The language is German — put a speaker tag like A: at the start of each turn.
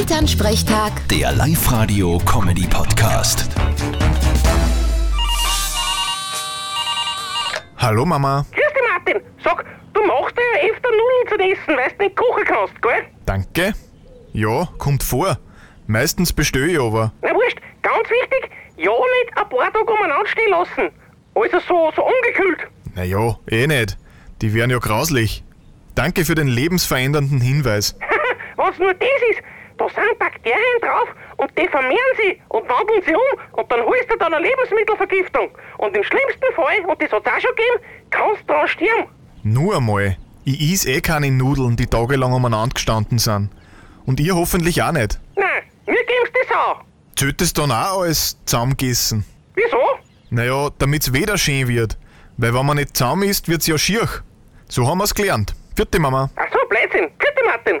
A: Elternsprechtag,
B: Der Live-Radio-Comedy-Podcast.
C: Hallo Mama,
D: Grüß dich, Martin. Sag, du machst dir ja öfter Nudeln zum Essen, weil du nicht kochen kannst, gell?
C: danke. Ja, kommt vor. Meistens bestell ich aber.
D: Na wurscht, ganz wichtig, ja nicht ein paar Tage umeinander stehen lassen. Also so, so ungekühlt.
C: Naja, eh nicht. Die wären ja grauslich. Danke für den lebensverändernden Hinweis.
D: Wenn's nur das ist, da sind Bakterien drauf und die vermehren sie und wandeln sie um und dann holst du dann eine Lebensmittelvergiftung. Und im schlimmsten Fall, und das hat's auch schon gegeben, kannst du daran sterben.
C: Nur einmal. Ich is eh keine Nudeln, die tagelang umeinander gestanden sind. Und ihr hoffentlich auch nicht.
D: Nein, mir geben's das auch.
C: Zählt es dann auch alles zusammengegessen?
D: Wieso?
C: Naja, damit's weder schön wird. Weil wenn man nicht zusammen isst, wird's ja schier. So haben wir's gelernt. Vierte Mama.
D: Ach so, Blödsinn. Grüß dich, Martin.